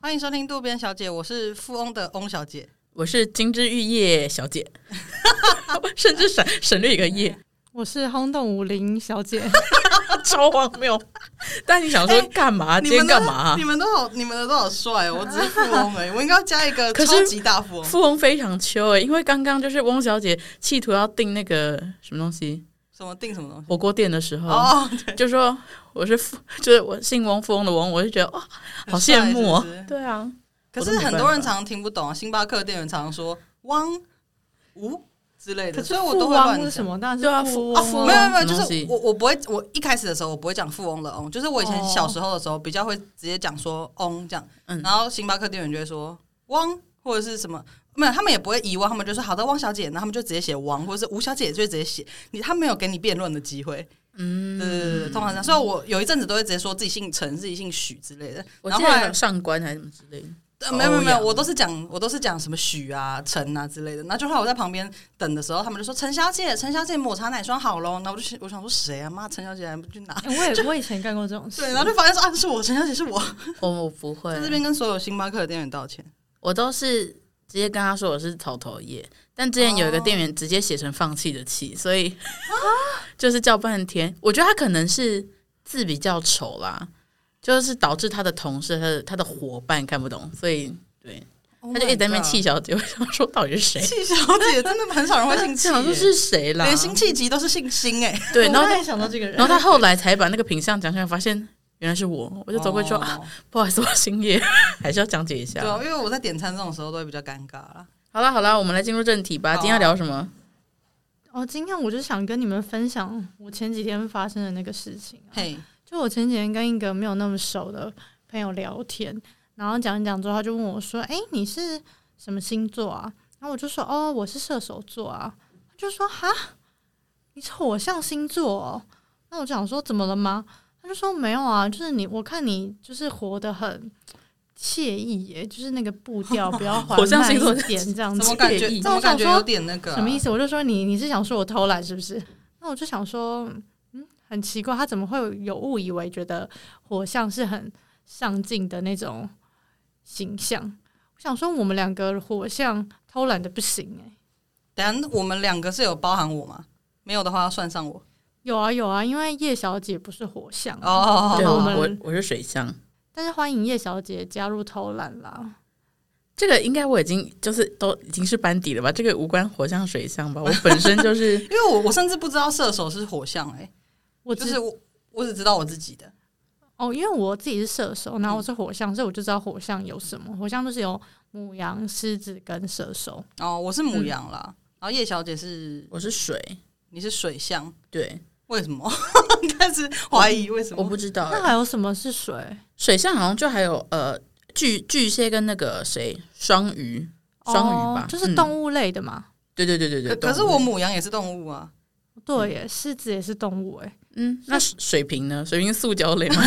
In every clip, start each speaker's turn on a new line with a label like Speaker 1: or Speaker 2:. Speaker 1: 欢迎收听渡边小姐，我是富翁的翁小姐。
Speaker 2: 我是金枝玉叶小 姐，甚至省省略一个叶，
Speaker 3: 我是轰动武林小姐，
Speaker 2: 超荒谬。但你想说干
Speaker 1: 哎
Speaker 2: 嘛？今
Speaker 1: 你
Speaker 2: 天
Speaker 1: 们
Speaker 2: 干嘛
Speaker 1: 都你？们都好，你们的都好帅哦！我只是富翁而已，我应该要加一个
Speaker 2: 可是
Speaker 1: 超级大富翁。
Speaker 2: 富翁非常秋欸诶、因为刚刚就是翁小姐企图要订那个什么东西
Speaker 1: 什么定什么东西？
Speaker 2: 火锅店的时候，
Speaker 1: 哦，对，
Speaker 2: 就说我是富，就是我姓翁富翁的翁，我就觉得哇、好羡慕哦
Speaker 1: 很帅。是不是
Speaker 2: 对啊，
Speaker 1: 可
Speaker 2: 我都
Speaker 1: 是
Speaker 2: 没
Speaker 1: 很多人
Speaker 2: 办法
Speaker 1: 常常听不懂啊，星巴克店员常常说“汪吴”之类的，
Speaker 3: 可
Speaker 1: 所
Speaker 3: 是
Speaker 1: 以我
Speaker 3: 富
Speaker 1: 都会乱
Speaker 3: 翁
Speaker 1: 讲
Speaker 3: 是。什么？当
Speaker 2: 对啊
Speaker 3: 然是富
Speaker 2: 富
Speaker 3: 翁
Speaker 1: 啊，
Speaker 2: 富翁
Speaker 1: 没
Speaker 3: 哎
Speaker 1: 有没有，
Speaker 2: 什么
Speaker 1: 就
Speaker 2: 东
Speaker 1: 是
Speaker 2: 西
Speaker 1: 我我不会，我一开始的时候我不会讲富翁的翁，就是我以前小时候的时候比较会直接讲说翁这样，
Speaker 2: 哦嗯
Speaker 1: 然后星巴克店员就会说汪或者是什么。没有，他们也不会遗忘，他们就说好的，汪小姐，然后他们就直接写汪，或者是吴小姐就会直接写你，他没有给你辩论的机会。对对对对，
Speaker 2: 嗯，
Speaker 1: 通常这样。所以我有一阵子都会直接说自己姓陈，自己姓许之类的。
Speaker 2: 我
Speaker 1: 然
Speaker 2: 记
Speaker 1: 后后来
Speaker 2: 得上官还是什么之类的。
Speaker 1: 呃，没有没有没
Speaker 2: 欧
Speaker 1: 有，
Speaker 2: 阳
Speaker 1: 我都是讲我都是讲什么许啊、陈啊之类的。那就后来我在旁边等的时候，他们就说陈小姐，陈小姐抹茶奶霜好喽。然后我就去我想说谁啊？妈，陈小姐还不去拿？
Speaker 3: 欸我也我以前干过这种事，
Speaker 1: 对，然后就发现说啊，是我，陈小姐是我。
Speaker 2: 我哦我不会
Speaker 1: 在，这边跟所有星巴克的店员道歉。
Speaker 2: 我都是直接跟他说我是草头叶，但之前有一个
Speaker 1: 哦
Speaker 2: 店员直接写成放弃的弃，所以
Speaker 1: 啊
Speaker 2: 就是叫半天。我觉得他可能是字比较丑啦，就是导致他的同事、他的他的伙伴看不懂，所以对
Speaker 1: Oh
Speaker 2: 他就一直在那边气，小姐，我想说到底 是谁？
Speaker 1: 气小姐，真的很少人会姓 气
Speaker 2: 想说
Speaker 1: 耶，
Speaker 2: 是谁啦？
Speaker 1: 连辛弃疾都是姓辛哎。
Speaker 2: 对，然后
Speaker 3: 我
Speaker 2: 他
Speaker 3: 也想到这个人，
Speaker 2: 然后他后来才把那个品相讲出来，发现原来是我，我
Speaker 1: 我
Speaker 2: 就走过去说、啊，不好意思，我姓叶，还是要讲解一
Speaker 1: 哦对
Speaker 2: 下。
Speaker 1: 啊，因为我在点餐这种时候都会比较尴尬啦。
Speaker 2: 好啦好啦，我们来进入正题吧。
Speaker 1: 好啊
Speaker 2: 今天要聊什么？
Speaker 3: 哦，今天我就想跟你们分享我前几天发生的那个事情啊。
Speaker 1: 嘿，
Speaker 3: 就我前几天跟一个没有那么熟的朋友聊天，然后讲一讲之后，他就问我说：“哎、你是什么星座啊？”然后我就说：“哦，我是射手座啊。”他就说：“哈，你是火象星座哦。”那我就想说：“怎么了吗？”他就说：“没有啊，就是你，我看你就是活得很惬意耶，就是那个步调 不要缓
Speaker 2: 火象
Speaker 3: 慢
Speaker 2: 星座
Speaker 3: 一点这 样
Speaker 1: 怎
Speaker 3: 子。
Speaker 1: 么感
Speaker 2: 介
Speaker 1: 觉？
Speaker 2: 意
Speaker 1: 怎么感觉
Speaker 3: 那我想说
Speaker 1: 有点那个啊？
Speaker 3: 什么意思？我就说你你是想说我偷懒是不是？那我就想说，嗯，很奇怪，他怎么会有误以为觉得火象是很上进的那种形象？我想说，我们两个火象偷懒的不行哎、
Speaker 1: 等一下我们两个是有包含我吗？没有的话要算上我
Speaker 3: 有啊有啊，因为叶小姐不是火象啊，
Speaker 1: 哦。
Speaker 2: 对，
Speaker 3: 好
Speaker 2: 我
Speaker 3: 我们
Speaker 2: 我我是水象。
Speaker 3: 但是欢迎叶小姐加入偷懒啦。
Speaker 2: 这个应该我已经就是都已经是班底了吧？这个无关火象水象吧，我本身就是
Speaker 1: 因为我我甚至不知道射手是火象哎、
Speaker 3: 我
Speaker 1: 就
Speaker 3: 只、
Speaker 1: 是我我只知道我自己的
Speaker 3: 哦，因为我自己是射
Speaker 1: 嗯
Speaker 3: 手，然后我是火象，所以我就知道火象有什么。火象就是有母羊、狮子跟射手。
Speaker 1: 哦，我是母羊啦，
Speaker 3: 嗯
Speaker 1: 然后叶小姐是
Speaker 2: 我是水，
Speaker 1: 你是水象，
Speaker 2: 对，
Speaker 1: 为什么？ 开始怀疑为什
Speaker 2: 我
Speaker 1: 么？
Speaker 2: 不知道
Speaker 3: 那
Speaker 2: 欸、
Speaker 3: 还有什么是水？
Speaker 2: 水象好像就还有呃巨巨蟹跟那个谁双鱼，双鱼吧，
Speaker 3: 哦、就是
Speaker 2: 嗯
Speaker 3: 动物类的嘛。
Speaker 2: 对对对对对。
Speaker 1: 可可是
Speaker 2: 动物
Speaker 3: 欸
Speaker 1: 我母羊也是动物啊，
Speaker 3: 对耶，狮子也是动物哎，
Speaker 2: 嗯，那水水瓶呢？水瓶是塑胶类吗？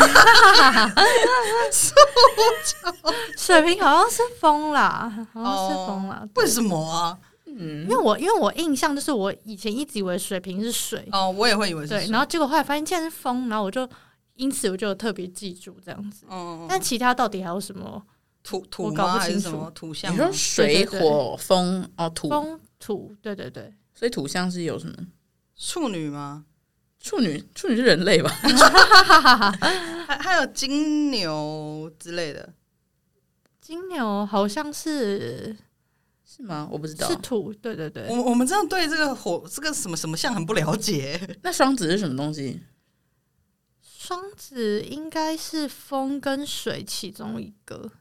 Speaker 3: 水瓶好像是风啦，好像是风啦。对
Speaker 1: 为什么 啊？
Speaker 2: 嗯
Speaker 3: 因，为我因为我印象就是我以前一直以为水瓶是水，
Speaker 1: 哦，我也会以为是
Speaker 3: 对，
Speaker 1: 水
Speaker 3: 然后结果后来发现竟然是风，然后我就因此我就有特别记住这样子。
Speaker 1: 嗯，
Speaker 3: 但其他到底还有什么
Speaker 1: 土土
Speaker 3: 我搞不
Speaker 1: 吗？还是
Speaker 3: 清
Speaker 1: 什
Speaker 3: 楚
Speaker 1: 么土象
Speaker 2: 你
Speaker 1: 吗？
Speaker 2: 说水
Speaker 3: 对对对
Speaker 2: 火风哦土，
Speaker 3: 风土？对对对，
Speaker 2: 所以土象是有什么？
Speaker 1: 处女吗？
Speaker 2: 处女处女是人类吧？
Speaker 1: 还还有金牛之类的，
Speaker 3: 金牛好像是
Speaker 2: 是吗？我不知道
Speaker 3: 是。土，对对对。
Speaker 1: 我我们真的对这个火这个什么什么象很不了解、欸
Speaker 2: 那双子是什么东西？
Speaker 3: 双子应该是风跟水其中一个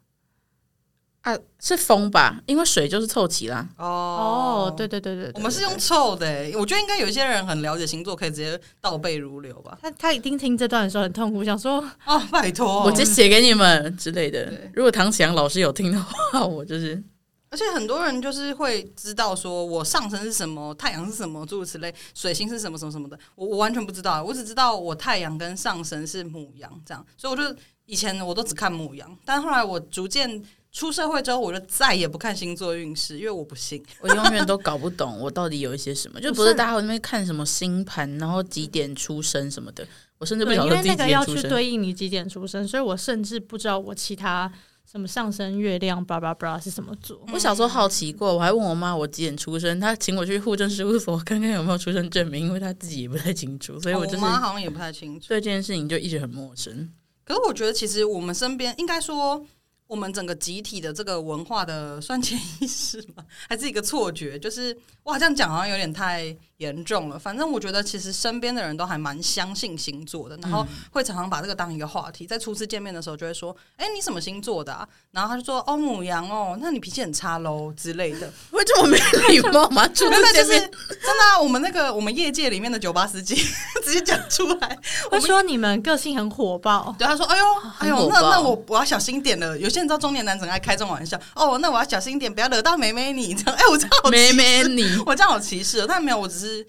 Speaker 2: 啊，是风吧？因为水就是凑齐啦。
Speaker 3: 哦，对对对对，对
Speaker 1: 我们是
Speaker 3: 对
Speaker 1: 用臭的欸、我觉得应该有一些人很了解星座，可以直接倒背如流吧。
Speaker 3: 他他一定听这段的时候很痛苦，想说
Speaker 1: 哦，拜托，
Speaker 2: 我直接写给你们之类的
Speaker 1: 对。
Speaker 2: 如果唐启阳老师有听的话， 我就是
Speaker 1: 而且很多人就是会知道说我上升是什么，太阳是什么，诸如此类，水星是什么什么什么的，我我完全不知道，我只知道我太阳跟上升是母羊这样，所以我就以前我都只看母羊，但后来我逐渐出社会之后，我就再也不看星座运势，因为我不信。
Speaker 2: 我永远都搞不懂 我到底有一些什么，就不是大家会那边看什么星盘，然后几点出生什么的，我甚至不
Speaker 3: 对，
Speaker 2: 晓
Speaker 3: 因
Speaker 2: 得
Speaker 3: 为
Speaker 2: 自己
Speaker 3: 那
Speaker 2: 几
Speaker 3: 个
Speaker 2: 点
Speaker 3: 要
Speaker 2: 出
Speaker 3: 去
Speaker 2: 生。
Speaker 3: 对应你几点出生，所以我甚至不知道我其他什么上升月亮巴拉巴拉是什么座。
Speaker 2: 我小时候好奇过，我还问我妈我几点出生，她请我去户政事务所看看有没有出生证明，因为她自己也不太清 楚，所以
Speaker 1: 哦
Speaker 2: 我
Speaker 1: 我
Speaker 2: 就是
Speaker 1: 妈好像也不太清楚。
Speaker 2: 对这件事情就一直很陌生。
Speaker 1: 可是我觉得，其实我们身边应该说，我们整个集体的这个文化的算潜意识嘛，还是一个错觉？就是哇，这样讲好像有点太严重了。反正我觉得，其实身边的人都还蛮相信星座的，然后会常常把这个当一个话题，在初次见面的时候就会说：“哎、你什么星座的、啊？”然后他就说：“哦，母羊哦，那你脾气很差喽之类的。”
Speaker 2: 为什么没礼 貌吗？初
Speaker 1: 没有，
Speaker 2: 次
Speaker 1: 就
Speaker 2: 见
Speaker 1: 是
Speaker 2: 面，
Speaker 1: 真的、啊，我们那个我们业界里面的酒吧司机 直接讲出来，我
Speaker 3: 会
Speaker 1: 们
Speaker 3: 说你们个性很火爆，
Speaker 1: 对，他说：“哎呦，哎呦
Speaker 2: 啊火，
Speaker 1: 那
Speaker 2: 爆
Speaker 1: 那我我要小心点了。有些人知道中年男子很爱开这种玩笑，哦，那我要小心点，不要惹到妹妹你这样。哎，我这样好
Speaker 2: 妹
Speaker 1: 歧
Speaker 2: 妹你，
Speaker 1: 我这样好歧视哦，但没有，我只是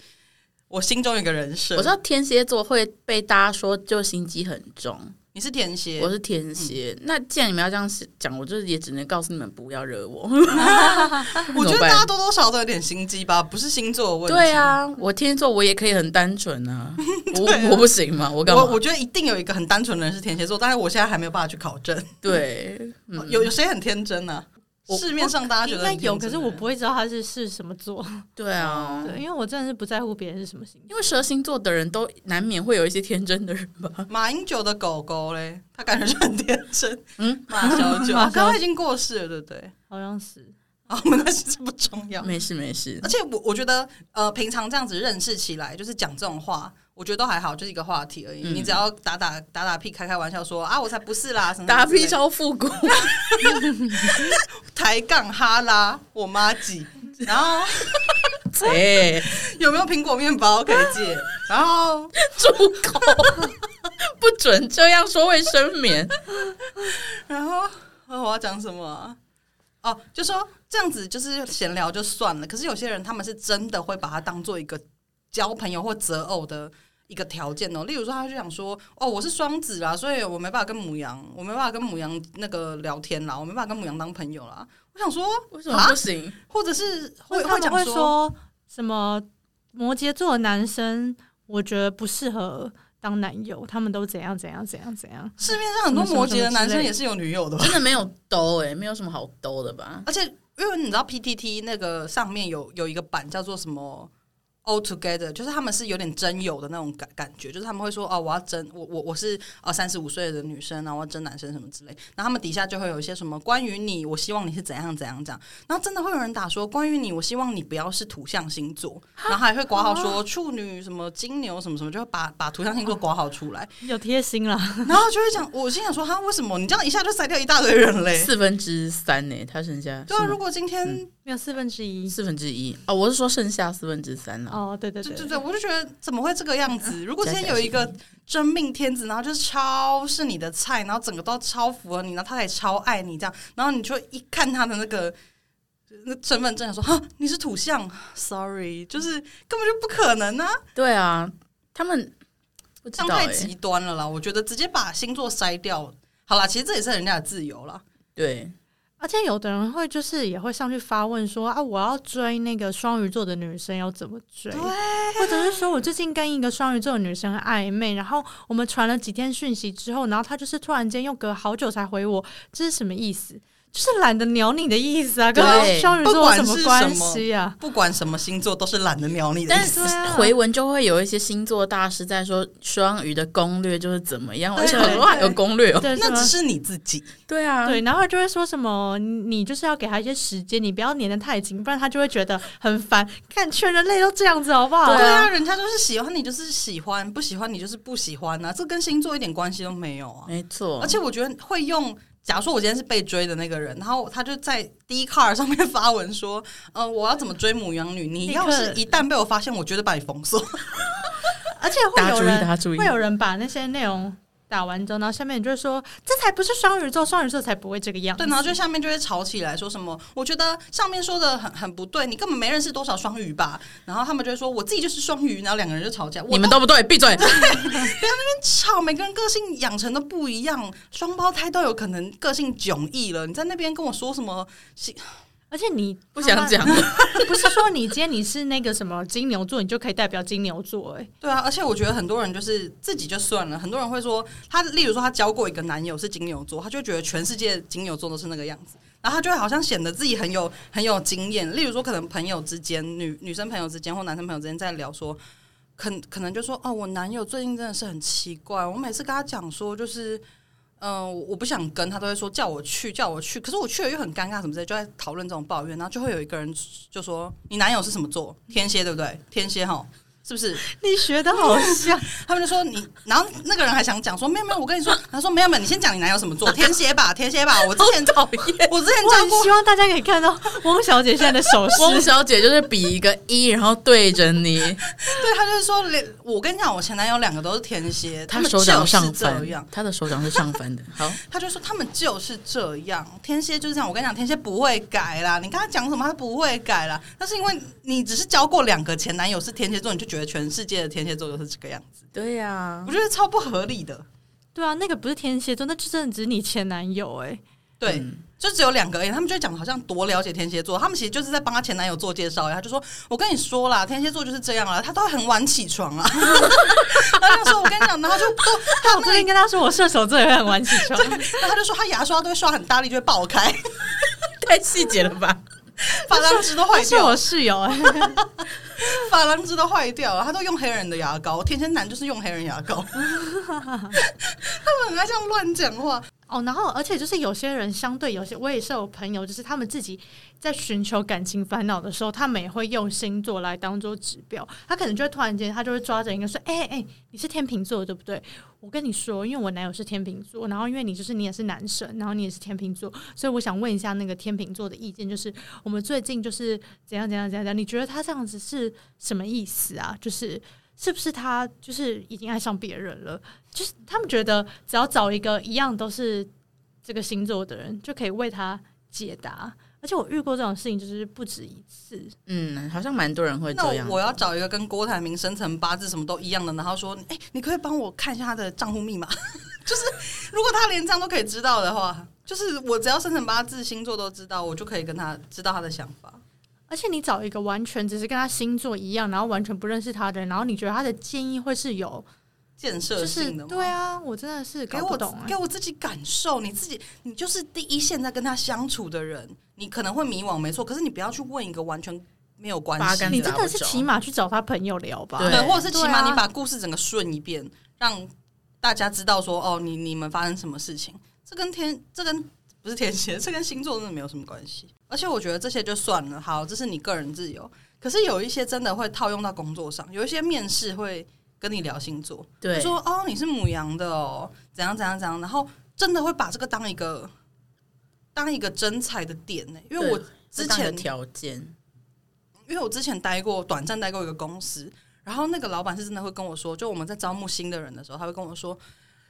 Speaker 1: 我心中有一个人设。
Speaker 2: 我知道天蝎座会被大家说就心机很重，
Speaker 1: 你是天蝎，
Speaker 2: 我是天蝎。那既然你们要这样讲，我就是也只能告诉你们不要惹 我。
Speaker 1: 我觉
Speaker 2: 怎
Speaker 1: 得
Speaker 2: 么办
Speaker 1: 大家多多少少都有点心机吧，不是星座的问题。
Speaker 2: 对啊，我天蝎座我也可以很单 纯啊，我、
Speaker 1: 对啊
Speaker 2: 我不行吗？我干嘛？
Speaker 1: 我我觉得一定有一个很单纯的人是天蝎座，但是我现在还没有办法去考证。
Speaker 2: 对，嗯
Speaker 1: 有有谁很天真呢、
Speaker 2: 我
Speaker 1: 市面上大家觉
Speaker 3: 应
Speaker 1: 得
Speaker 3: 该
Speaker 1: 很天
Speaker 3: 有，可
Speaker 1: 真
Speaker 3: 是
Speaker 1: 的
Speaker 3: 我
Speaker 1: 人
Speaker 3: 不会知道他是是什么座，
Speaker 2: 对啊，
Speaker 1: 哦
Speaker 3: 对，因为我真的是不在乎别人是什么星座。
Speaker 2: 因为蛇星座的人都难免会有一些天真的人吧。
Speaker 1: 马英九的狗狗嘞，他感觉是很天真。
Speaker 2: 嗯
Speaker 1: 嗯，马 小九，
Speaker 3: 马
Speaker 1: 啊
Speaker 3: 小九
Speaker 1: 可他已经过世了，对不对？
Speaker 3: 好像是，
Speaker 1: 啊，我们那其实不重要。
Speaker 2: 没事没事
Speaker 1: 而，且我我觉得，呃，平常这样子认识起来，就是讲这种话，我觉得都还好，就是一个话题而已。
Speaker 2: 嗯
Speaker 1: 你只要打打打打屁，开开玩笑说啊，我才不是啦，什么
Speaker 2: 打屁
Speaker 1: 招
Speaker 2: 超复 古，
Speaker 1: 抬杠哈拉，我妈几，然后
Speaker 2: 哎，
Speaker 1: 有没有苹果面包可以借？然后
Speaker 2: 住 口！不准这样说卫生棉，
Speaker 1: 然后、呃我要讲什么啊、哦，就说这样子就是闲聊就算了。可是有些人他们是真的会把它当做一个交朋友或择偶的一个条件哦。例如说，他就想说，哦，我是双子啦，所以我没办法跟母羊，我没办法跟母羊那个聊天啦，我没办法跟母羊当朋友啦。我想说，
Speaker 2: 为什
Speaker 1: 啊
Speaker 2: 么不行？
Speaker 1: 或者是
Speaker 3: 或
Speaker 1: 会
Speaker 3: 者他
Speaker 1: 会
Speaker 3: 们
Speaker 1: 讲
Speaker 3: 会说什么摩羯座的男生，我觉得不适合当男友，他们都怎样怎样怎样怎样。
Speaker 1: 市面上很多
Speaker 3: 什么
Speaker 1: 摩
Speaker 3: 什么什
Speaker 1: 羯
Speaker 3: 么
Speaker 1: 的男
Speaker 3: 之
Speaker 1: 生
Speaker 3: 类
Speaker 1: 也是有女友的吧？
Speaker 2: 真的没有兜哎、没有什么好兜的吧？
Speaker 1: 而且因为你知道 PTT 那个上面有有一个版叫做什么 All Together，就是他们是有点真友的那种感感觉，就是他们会说哦，我要真我我我是呃三十五岁的女生，然啊后我要真男生什么之类，然后他们底下就会有一些什么关于你，我希望你是怎样怎样这样，然后真的会有人打说关于你，我希望你不要是土象星座，然后还会挂号说处女什么金牛什么什么，就会把把土象星座挂号出来，
Speaker 3: 有贴心啦，
Speaker 1: 然后就会讲，我心想说哈，为什么你这样一下就筛掉一大堆人嘞？
Speaker 2: 四分之三呢、哎他剩下
Speaker 1: 对啊，
Speaker 2: 是吗
Speaker 1: 如果今天。
Speaker 3: 没有四分之一。
Speaker 2: 四分之一哦，我是说剩下四分之三啊了、
Speaker 3: 哦，对对
Speaker 1: 对
Speaker 3: 对
Speaker 1: 对对，我就觉得怎么会这个样子？如果
Speaker 2: 加
Speaker 1: 今
Speaker 2: 起来
Speaker 1: 天有一个真命天子，然后就是超是你的菜，然后整个都超符合你，然后他也超爱你这样，然后你就一看他的那个那身份证，想说哈你是土象，sorry，就是根本就不可能啊，
Speaker 2: 对啊，他们不知
Speaker 1: 这样
Speaker 2: 道
Speaker 1: 太
Speaker 2: 哎、
Speaker 1: 极端了啦！我觉得直接把星座筛掉，好啦，其实这也是人家的自由啦。
Speaker 2: 对，
Speaker 3: 而且有的人会就是也会上去发问说啊，我要追那个双鱼座的女生要怎么追？或者是说我最近跟一个双鱼座的女生很暧昧，然后我们传了几天讯息之后，然后她就是突然间又隔好久才回我，这是什么意思？就是懒得鸟你的意思啊，
Speaker 2: 对
Speaker 3: 跟双鱼座有什么关系啊？
Speaker 1: 不管什么星座都是懒得鸟你的意
Speaker 2: 但
Speaker 1: 思，
Speaker 2: 是
Speaker 3: 对啊
Speaker 2: 回文就会有一些星座大师在说双鱼的攻略就是怎么样，
Speaker 1: 对
Speaker 2: 而且很多还有攻略哦。
Speaker 3: 对，什
Speaker 1: 那
Speaker 3: 么
Speaker 1: 只是你自己。
Speaker 2: 对啊，
Speaker 3: 对，然后就会说什么，你你就是要给他一些时间，你不要粘得太紧，不然他就会觉得很烦。看全人类都这样子，好不好？
Speaker 2: 对
Speaker 1: 对
Speaker 2: 啊
Speaker 1: 啊，人家就是喜欢你就是喜欢，不喜欢你就是不喜欢啊，这跟星座一点关系都没有啊。
Speaker 2: 没错，
Speaker 1: 而且我觉得会用，假如说我今天是被追的那个人，然后他就在 d c a r 上面发文说，呃，我要怎么追母羊女？你
Speaker 3: 立
Speaker 1: 要
Speaker 3: 刻
Speaker 1: 是一旦被我发现，我绝对把你封锁。
Speaker 3: 而且
Speaker 2: 大家
Speaker 3: 会有
Speaker 2: 注意，大
Speaker 3: 人
Speaker 2: 家注意
Speaker 3: 会，有人把那些内容打完之后，然后下面你就会说，这才不是双鱼座，双鱼座才不会这个样子。
Speaker 1: 对，然后就下面就会吵起来，说什么我觉得上面说的很很不对，你根本没认识多少双鱼吧？然后他们就会说我自己就是双鱼，然后两个人就吵架。
Speaker 2: 你
Speaker 1: 我
Speaker 2: 们都不对，闭嘴。
Speaker 1: 吵，每个人个性养成的不一样，双胞胎都有可能个性迥异了。你在那边跟我说什么？
Speaker 3: 而且你
Speaker 2: 不想，讲了。
Speaker 3: 不是说你今天你是那个什么金牛座，你就可以代表金牛座、欸，哎，
Speaker 1: 对啊，而且我觉得很多人就是自己就算了，很多人会说他，例如说他交过一个男友是金牛座，他就觉得全世界金牛座都是那个样子，然后他就会好像显得自己很有 很有经验。例如说，可能朋友之间，女女生朋友之间或男生朋友之间在聊说，可可能就说哦，我男友最近真的是很奇怪，我每次跟他讲说就是。嗯、我不想跟他，都会说叫我去，叫我去。可是我去了又很尴尬，什么之类，就在讨论这种抱怨，然后就会有一个人就说：“你男友是什么座？天蝎对不对？天蝎哈，是不是？
Speaker 3: 你学的好像，
Speaker 1: 他们就说你，然后那个人还想讲说没有没有，我跟你说，他说没有没有，你先讲你男友什么 座，天蝎吧，天蝎吧，我之前
Speaker 2: 讨 厌。
Speaker 1: 我之前
Speaker 3: 我
Speaker 1: 教
Speaker 3: 很
Speaker 1: 过
Speaker 3: 希，望大家可以看到翁小姐现在的手
Speaker 2: 翁
Speaker 3: 势，
Speaker 2: 小姐就是比一个一，然后对着你，
Speaker 1: 对他就是说，连我跟你讲，我前男友两个都是天蝎，他
Speaker 2: 她
Speaker 1: 们
Speaker 2: 手
Speaker 1: 就
Speaker 2: 掌
Speaker 1: 是
Speaker 2: 上
Speaker 1: 这样
Speaker 2: 翻，，她的手掌是上翻的。好，
Speaker 1: 他就说他们就是这样，天蝎就是这样。我跟你讲，天蝎不会改啦，你跟他讲什么他不会改啦，那是因为你只是交过两个前男友是天蝎座，你就觉得全世界的天蝎座都是这个样子，
Speaker 2: 对呀
Speaker 1: 我觉得超不合理的。
Speaker 3: 对啊，那个不是天蝎座，那就真的只是你前男友、欸，哎，
Speaker 1: 对，就只有两个而已。他们就讲得好像多了解天蝎座，他们其实就是在帮她前男友做介绍。然后就说：“我跟你说啦，天蝎座就是这样啦，他都会很晚起床啊。” 然后就说：“我跟你讲，然后就都
Speaker 3: 我最近跟他说我射手座也会很晚起床，
Speaker 1: 然后他就说他牙刷都会刷很大力，就会爆开，
Speaker 2: 太细节了吧？
Speaker 1: 珐琅质都坏
Speaker 3: 他是
Speaker 1: 掉
Speaker 3: 我
Speaker 1: 了，
Speaker 3: 室友、欸，
Speaker 1: 珐琅质都坏掉了。他都用黑人的牙膏，天蝎男就是用黑人牙膏。 他们很爱这样乱讲话。
Speaker 3: 哦，然后而且就是有些人相对有些，我也是有朋友，就是他们自己在寻求感情烦恼的时候，他们也会用星座来当做指标。他可能就会突然间，他就会抓着一个说：“哎、哎、哎你是天秤座的对不对？我跟你说，因为我男友是天秤座，然后因为你就是你也是男生，然后你也是天秤座，所以我想问一下那个天秤座的意见，就是我们最近就是怎样怎样怎样怎样，你觉得他这样子是什么意思啊？就是是不是他就是已经爱上别人了？”就是他们觉得只要找一个一样都是这个星座的人，就可以为他解答。而且我遇过这种事情，就是不止一次。
Speaker 2: 嗯，好像蛮多人会
Speaker 1: 那
Speaker 2: 这样。
Speaker 1: 我要找一个跟郭台铭生辰八字什么都一样的，然后说，哎、你可以帮我看一下他的账户密码。 就是如果他连这样都可以知道的话，就是我只要生辰八字、星座都知道，我就可以跟他知道他的想法。
Speaker 3: 而且你找一个完全只是跟他星座一样，然后完全不认识他的人，然后你觉得他的建议会是有，
Speaker 1: 建设
Speaker 3: 就是
Speaker 1: 性的嘛，
Speaker 3: 对啊，我真的是
Speaker 1: 给
Speaker 3: 搞
Speaker 1: 我
Speaker 3: 不懂、
Speaker 1: 给
Speaker 3: 欸。
Speaker 1: 我自己感受，你自己，你就是第一线在跟他相处的人，你可能会迷惘，没错。可是你不要去问一个完全没有关
Speaker 2: 八
Speaker 1: 系
Speaker 2: 竿
Speaker 1: 的，
Speaker 2: 子
Speaker 3: 你真的是起码去找他朋友聊吧。
Speaker 2: 对
Speaker 1: 对，或者是起码
Speaker 3: 对啊
Speaker 1: 你把故事整个顺一遍，让大家知道说哦，你你们发生什么事情，这跟天这跟不是天蝎，这跟星座真的没有什么关系。而且我觉得这些就算了，好，这是你个人自由。可是有一些真的会套用到工作上，有一些面试会跟你聊星座，
Speaker 2: 对，
Speaker 1: 说哦你是母羊的哦，怎样怎样怎样，然后真的会把这个当一个当一个真才的点呢、因为我之
Speaker 2: 这当个
Speaker 1: 前
Speaker 2: 条件，
Speaker 1: 因为我之前待过短暂待过一个公司，然后那个老板是真的会跟我说，就我们在招募新的人的时候，他会跟我说：“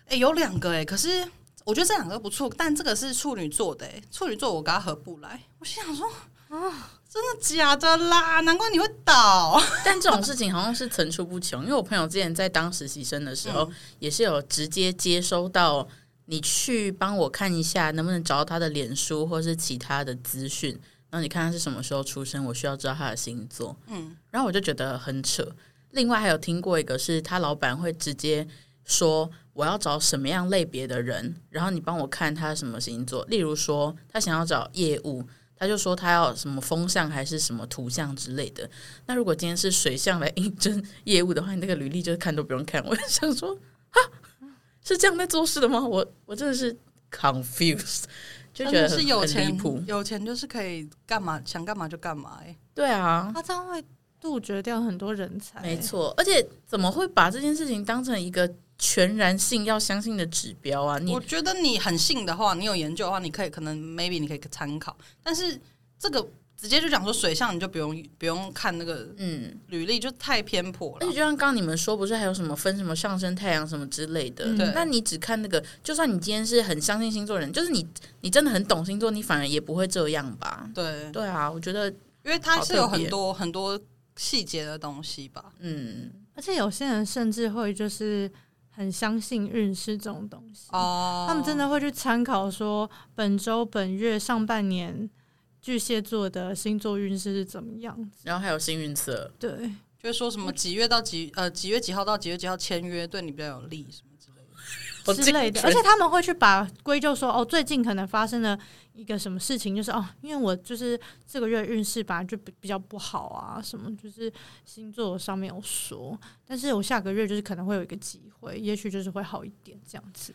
Speaker 1: 哎、有两个哎、可是我觉得这两个不错，但这个是处女座的哎、处女座我跟他合不来。”我心想说：“啊，真的假的啦？难怪你会倒。
Speaker 2: 但这种事情好像是层出不穷。因为我朋友之前在当实习生的时候，也是有直接接收到你去帮我看一下，能不能找到他的脸书或是其他的资讯，然后你看他是什么时候出生，我需要知道他的星座。嗯，然后我就觉得很扯。另外还有听过一个是他老板会直接说我要找什么样类别的人，然后你帮我看他什么星座。例如说他想要找业务，他就说他要什么风向还是什么图像之类的。那如果今天是水象来应征业务的话，你那个履历就是看都不用看。我就想说，啊，是这样在做事的吗？我我真的是 confused，”就
Speaker 1: 真
Speaker 2: 觉得
Speaker 1: 的
Speaker 2: 很
Speaker 1: 是有
Speaker 2: 很离
Speaker 1: 钱
Speaker 2: 谱，。
Speaker 1: 有钱就是可以干嘛想干嘛就干嘛哎、
Speaker 2: 对啊，
Speaker 3: 他这样会杜绝掉很多人才、
Speaker 2: 没错，而且怎么会把这件事情当成一个全然性要相信的指标啊？你
Speaker 1: 我觉得你很信的话，你有研究的话，你可以可能 maybe 你可以参考，但是这个。直接就讲说水象，你就不用不用看那个
Speaker 2: 嗯，
Speaker 1: 履历，就太偏颇了。
Speaker 2: 而且就像刚刚你们说，不是还有什么分什么上升太阳什么之类的？
Speaker 3: 嗯
Speaker 1: 对
Speaker 2: 那你只看那个，就算你今天是很相信星座的人，就是你你真的很懂星座，你反而也不会这样吧？
Speaker 1: 对，
Speaker 2: 对啊，我觉得
Speaker 1: 因为它
Speaker 2: 好
Speaker 1: 是
Speaker 2: 特
Speaker 1: 有很
Speaker 2: 别
Speaker 1: 多很多细节的东西吧。
Speaker 2: 嗯，
Speaker 3: 而且有些人甚至会就是很相信运势这种东西。
Speaker 1: 哦
Speaker 2: 嗯
Speaker 3: 他们真的会去参考说本周、本月、上半年巨蟹座的星座运势是怎么样。
Speaker 2: 然后还有幸运色，
Speaker 3: 对，
Speaker 1: 就是说什么几月到几呃几月几号到几月几号签约对你比较有利什么之类的。
Speaker 2: 我
Speaker 3: 之类的，而且
Speaker 2: 竟
Speaker 3: 他们会去把归咎说哦，最近可能发生了一个什么事情，就是哦，因为我就是这个月运势本来就比比较不好啊，什么就是星座上面有说，但是我下个月就是可能会有一个机会，也许就是会好一点这样子。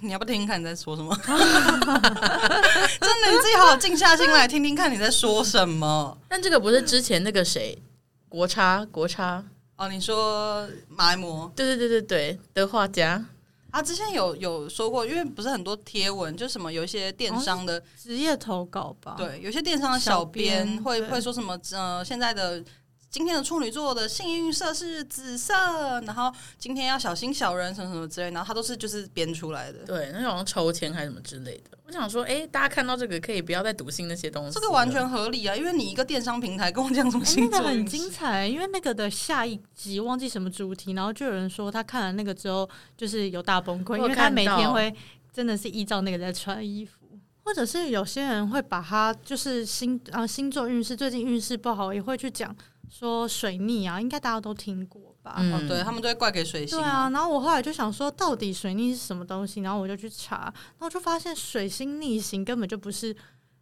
Speaker 1: 你要不听听看你在说什 么？真的，你自己好好静下心来听听看你在说什么。
Speaker 2: 但这个不是之前那个谁国差国差，
Speaker 1: 哦，你说马来模
Speaker 2: 对对对对对的画家，
Speaker 1: 啊，之前有有说过，因为不是很多贴文，就什么有一些电商的
Speaker 3: 职业投稿吧，，
Speaker 1: 对，有些电商的小
Speaker 3: 啊小编
Speaker 1: 编会
Speaker 3: 对
Speaker 1: 会说什么？呃，现在的今天的处女座的幸运色是紫色，然后今天要小心小人什么什么之类，然后他都是就是编出来的。
Speaker 2: 对，那种抽签还是什么之类的。我想说，哎、大家看到这个可以不要再笃信那些东西了，
Speaker 1: 这个完全合理啊，因为你一个电商平台跟我讲什么
Speaker 3: 哎、
Speaker 1: 星
Speaker 3: 那个
Speaker 1: 座
Speaker 3: 很
Speaker 1: 运势，
Speaker 3: 精彩，因为那个的下一集忘记什么主题，然后就有人说他看了那个之后就是有大崩溃，
Speaker 2: 我有
Speaker 3: 因为他
Speaker 2: 看
Speaker 3: 每天
Speaker 2: 到
Speaker 3: 会真的是依照那个在穿衣服。或者是有些人会把他就是星啊星座运势最近运势不好，也会去讲说水逆啊，应该大家都听过吧？
Speaker 2: 嗯
Speaker 1: 哦，对他们都会怪给水星
Speaker 3: 对啊，然后我后来就想说，到底水逆是什么东西？然后我就去查，然后就发现水星逆行根本就不是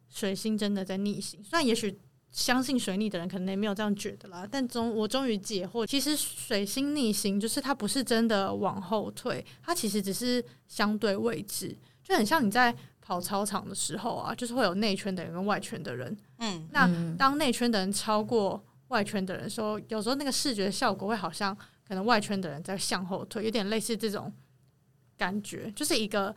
Speaker 3: 水星真的在逆行。虽然也许相信水逆的人可能也没有这样觉得啦，但终我终于解惑，其实水星逆行就是它不是真的往后退，它其实只是相对位置，就很像你在跑操场的时候啊，就是会有内圈的人跟外圈的人，
Speaker 1: 嗯，
Speaker 3: 那
Speaker 2: 嗯
Speaker 3: 当内圈的人超过外圈的人的时候，有时候那个视觉效果会好像可能外圈的人在向后退，有点类似这种感觉，就是一个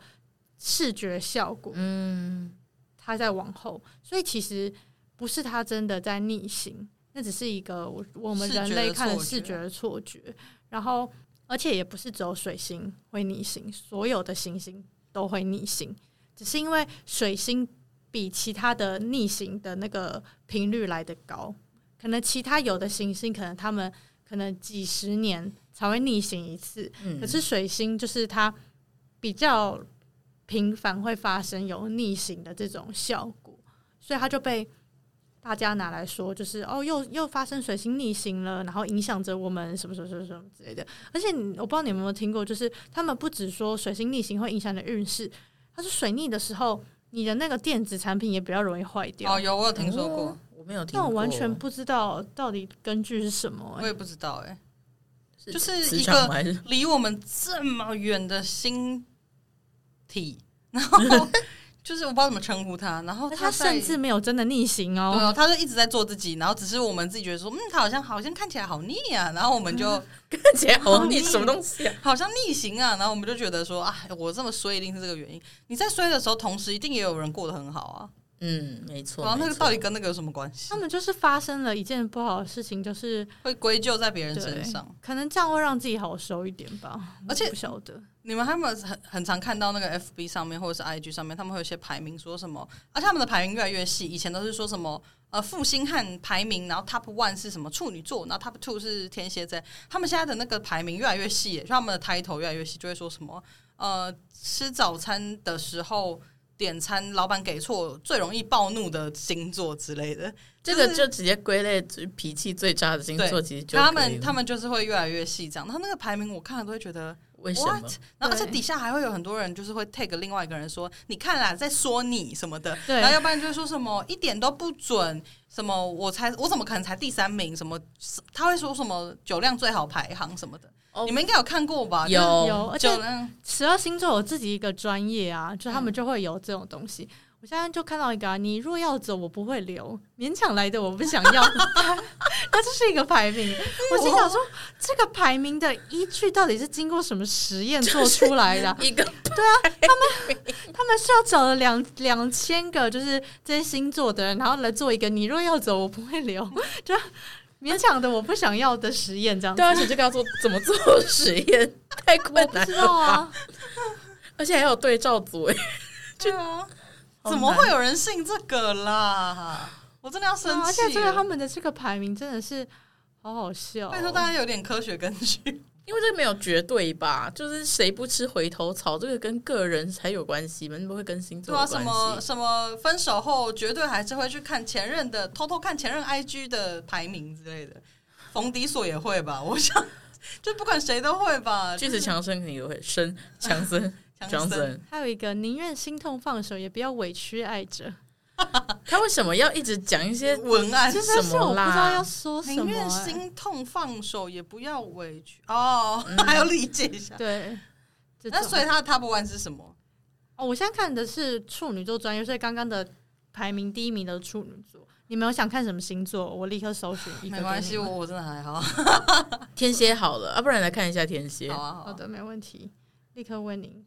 Speaker 3: 视觉效果，
Speaker 2: 嗯，
Speaker 3: 它在往后，所以其实不是它真的在逆行，那只是一个我我们
Speaker 1: 视觉的
Speaker 3: 人类看的
Speaker 1: 错觉
Speaker 3: 视觉的错觉，然后而且也不是只有水星会逆行，所有的行星都会逆行，只是因为水星比其他的逆行的那个频率来得高，可能其他有的行星可能他们可能几十年才会逆行一次，
Speaker 2: 嗯
Speaker 3: 可是水星就是它比较频繁会发生有逆行的这种效果，所以它就被大家拿来说，就是哦，又又发生水星逆行了，然后影响着我们什么什么什么什么之类的。而且你我不知道你们有没有听过，就是他们不只说水星逆行会影响你的运势，它是水逆的时候，你的那个电子产品也比较容易坏掉。
Speaker 1: 哦，有我有听说过
Speaker 2: 哦，，我没有听
Speaker 3: 但
Speaker 2: 过，
Speaker 3: 我完全不知道到底根据是什么、
Speaker 1: 我
Speaker 3: 欸。
Speaker 1: 也不知道哎、就是
Speaker 2: 磁
Speaker 1: 一
Speaker 2: 场
Speaker 1: 个
Speaker 2: 吗还 是
Speaker 1: 离我们这么远的星体，然 后就是我不知道怎么称呼它，然后
Speaker 3: 那欸它
Speaker 1: 在
Speaker 3: 甚至没有真的逆行
Speaker 1: 对
Speaker 3: 哦，
Speaker 1: 哦，他就一直在做自己，然后只是我们自己觉得说，嗯，他好像好像看起来好腻啊，然后我们就
Speaker 3: 嗯
Speaker 2: 看起来好
Speaker 1: 好
Speaker 2: 腻，
Speaker 1: 腻
Speaker 2: 什么东西啊？
Speaker 1: 好像逆行啊，然后我们就觉得说，啊，我这么衰一定是这个原因。你在衰的时候，同时一定也有人过得很好啊，
Speaker 2: 嗯，没错。
Speaker 1: 然后那
Speaker 2: 没
Speaker 1: 个
Speaker 2: 错
Speaker 1: 到底跟那个有什么关系
Speaker 3: 他？们就是发生了一件不好的事情，就是
Speaker 1: 会归咎在别人身
Speaker 3: 对
Speaker 1: 上。
Speaker 3: 可能这样会让自己好受一点吧。
Speaker 1: 而且
Speaker 3: 我不晓得，
Speaker 1: 你们还有没有很很常看到那个 FB 上面或者是 IG 上面，他们会有一些排名，说什么？而且他们的排名越来越细，以前都是说什么呃负心汉排名，然后 Top One 是什么处女座，然后 Top Two 是天蝎座。他们现在的那个排名越来越细耶，就他们的 title 越来越细，就会说什么呃吃早餐的时候点餐老板给错，最容易暴怒的星座之类的。
Speaker 2: 这
Speaker 1: 就
Speaker 2: 个
Speaker 1: 是
Speaker 2: 就直接归类最脾气最渣的星座，
Speaker 1: 对
Speaker 2: 其实就
Speaker 1: 他
Speaker 2: 可以
Speaker 1: 们
Speaker 2: 了
Speaker 1: 他们就是会越来越细这样，然后那个排名我看了都会觉得。
Speaker 2: 为什么
Speaker 1: What？然后而且
Speaker 3: 对
Speaker 1: 底下还会有很多人就是会 take 另外一个人说，你看啦，在说你什么的，
Speaker 3: 对
Speaker 1: 然后要不然就是说什么一点都不准，什么我才我怎么可能才第三名，什么他会说什么酒量最好排行什么的，
Speaker 2: 哦
Speaker 1: 你们应该有看过吧？
Speaker 2: 有
Speaker 3: 有，而
Speaker 1: 就是
Speaker 3: 且
Speaker 1: 酒量
Speaker 3: 十二星座有自己一个专业啊，就他们就会有这种东西。我现在就看到一个、啊，你若要走，我不会留；勉强来的，我不想要。 它就是一个 排名，我心想说，这个排名的依据到底是经过什么实验做出来的啊？
Speaker 2: 一个
Speaker 3: 他们是要找了两两千个就是这些星座的人，然后来做一个你若要走，我不会留， 就勉强的我不想要的实验这样子
Speaker 2: 对，。啊而且这个要做怎么做实验， 太困
Speaker 3: 我不
Speaker 2: 难
Speaker 3: 知
Speaker 2: 了
Speaker 3: 道
Speaker 2: 吧？
Speaker 3: 啊，
Speaker 2: 而且还有对照组哎，
Speaker 1: 对啊，
Speaker 2: 好
Speaker 1: 怎么
Speaker 2: 难
Speaker 1: 会有人信这个啦？我真的要
Speaker 3: 对
Speaker 1: 生
Speaker 3: 啊而
Speaker 1: 气
Speaker 3: 且这个
Speaker 1: 了
Speaker 3: 他。们的这个排名真的是好好笑哦、
Speaker 1: 拜托大家有点科学根据，
Speaker 2: 因为这没有绝对吧，就是谁不吃回头草，这个跟个人才有关系嘛，你不会跟星座
Speaker 1: 对
Speaker 2: 有
Speaker 1: 啊，
Speaker 2: 关
Speaker 1: 什么
Speaker 2: 系。
Speaker 1: 什么分手后绝对还是会去看前任的，偷偷看前任 IG 的排名之类的。冯迪所也会吧，我想就不管谁都会吧。
Speaker 2: 巨石强森肯定也会，生强森强
Speaker 1: 强森
Speaker 2: 森，
Speaker 3: 还有一个宁愿心痛放手，也不要委屈爱 着。
Speaker 2: 他为什么要一直讲一些？
Speaker 1: 文案
Speaker 3: 其实但是
Speaker 2: 什
Speaker 3: 我
Speaker 2: 么
Speaker 3: 不
Speaker 2: 啦
Speaker 3: 知道要说什
Speaker 1: 宁
Speaker 3: 么、
Speaker 1: 愿
Speaker 3: 欸。
Speaker 1: 心痛放手，也不要委屈哦，还要理解一下。
Speaker 3: 对，这
Speaker 1: 那
Speaker 3: 种
Speaker 1: 所以他的 top one 是什么？
Speaker 3: 哦，我现在看的是处女座专业，所以刚刚的排名第一名的是处女座。你们有想看什么星座？我立刻搜寻一个。
Speaker 1: 没关系，我。我真的还好。
Speaker 2: 天蝎好了，要、啊不然来看一下天蝎
Speaker 1: 好。啊，好
Speaker 3: 好
Speaker 1: 啊，
Speaker 3: 的，没问题，立刻为您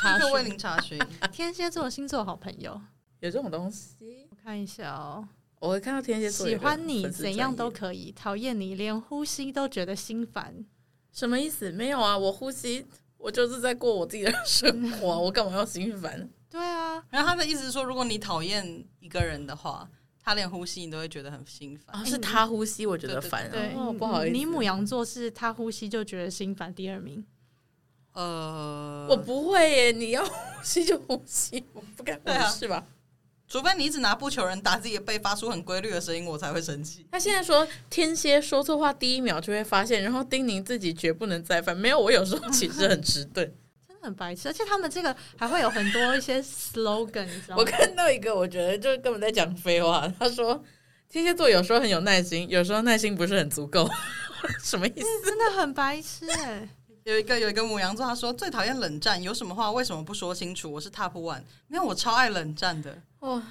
Speaker 3: 查
Speaker 1: 立刻为
Speaker 3: 询
Speaker 1: 您查询。
Speaker 2: 啊
Speaker 3: 天蝎座星座好朋友。
Speaker 2: 有这种东西，
Speaker 3: 我看一下哦，
Speaker 2: 我会看到天蝎座
Speaker 3: 喜
Speaker 2: 有一个
Speaker 3: 欢你
Speaker 2: 粉丝
Speaker 3: 怎样
Speaker 2: 专
Speaker 3: 都
Speaker 2: 业
Speaker 3: 可以，讨厌你连呼吸都觉得心烦。
Speaker 2: 什么意思？没有啊，我呼吸，我就是在过我自己的生活 啊，我干嘛要心烦？
Speaker 3: 对啊，
Speaker 1: 然后他的意思是说，如果你讨厌一个人的话，他连呼吸你都会觉得很心烦。
Speaker 2: 啊，是他呼吸，我觉得
Speaker 1: 对对
Speaker 2: 烦、啊。
Speaker 3: 对，
Speaker 2: 哦，不好意思，
Speaker 3: 你母羊座是他呼吸就觉得心烦，第二名。
Speaker 1: 呃，
Speaker 2: 我不会耶，你要呼吸就呼吸，我不敢呼
Speaker 1: 对啊
Speaker 2: 是吧？
Speaker 1: 除非你一直拿不求人打自己的背，发出很规律的声音，我才会生气。
Speaker 2: 他现在说天蝎说错话第一秒就会发现，然后叮咛自己绝不能再犯。没有，我有时候其实很迟钝。
Speaker 3: 真的很白痴，而且他们这个还会有很多一些 slogan，你知 道
Speaker 2: 我
Speaker 3: 吗？
Speaker 2: 看到一个，我觉得就根本在讲废话。他说天蝎座有时候很有耐心，有时候耐心不是很足够， 什么意思？
Speaker 3: 真的很白痴哎、
Speaker 1: 有一个有一个母羊座，他说最讨厌冷战，有什么话为什么不说清楚？我是 top one，没有，我超爱冷战的，
Speaker 2: 哇、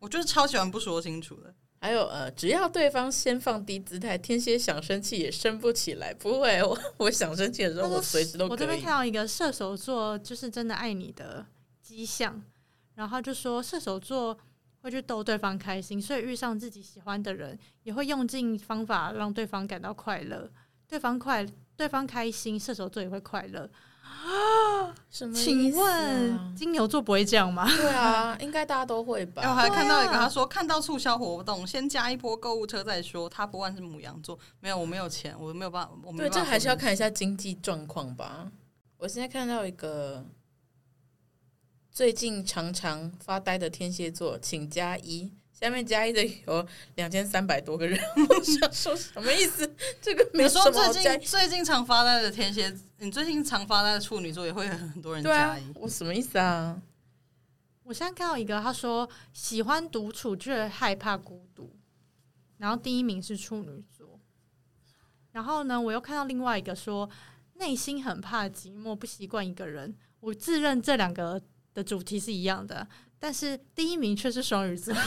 Speaker 1: 我就是超喜欢不说清楚的。
Speaker 2: 还有呃，只要对方先放低姿态，天蝎想生气也生不起来。不会，我我想生气的时候，
Speaker 3: 他说
Speaker 2: 我随时都
Speaker 3: 我
Speaker 2: 可
Speaker 3: 这边
Speaker 2: 以
Speaker 3: 看。到一个射手座，就是真的爱你的迹象，然后就说射手座会去逗对方开心，所以遇上自己喜欢的人，也会用尽方法让对方感到快乐，对方快，对方开心，射手座也会快乐。
Speaker 2: 什么啊
Speaker 3: 请问金牛座不会这样吗？
Speaker 2: 对啊，应该大家都会吧？
Speaker 1: 哎，我还看到一个，
Speaker 3: 对啊
Speaker 1: 他说看到促销活动，先加一波购物车再说。top one 是母羊座，没有，我没有钱，我没有办法，我没
Speaker 2: 对，
Speaker 1: 有办法
Speaker 2: 这还是要
Speaker 1: 说
Speaker 2: 看一下经济状况吧。我现在看到一个最近常常发呆的天蝎座，请加一。下面加一的有两千三百多个人， 我想说什么意思？这个
Speaker 1: 明。
Speaker 2: 没有
Speaker 1: 你
Speaker 2: 什
Speaker 1: 说
Speaker 2: 么好
Speaker 1: 最
Speaker 2: 加一
Speaker 1: 近最近常发呆的天蝎，你最近常发呆的处女座也会很多人
Speaker 2: 对啊
Speaker 1: 加一，，
Speaker 2: 我什么意思啊？
Speaker 3: 我现在看到一个，他说喜欢独处却害怕孤独，然后第一名是处女座。然后呢，我又看到另外一个说内心很怕寂寞，不习惯一个人。我自认这两个的主题是一样的，但是第一名却是双 鱼座，然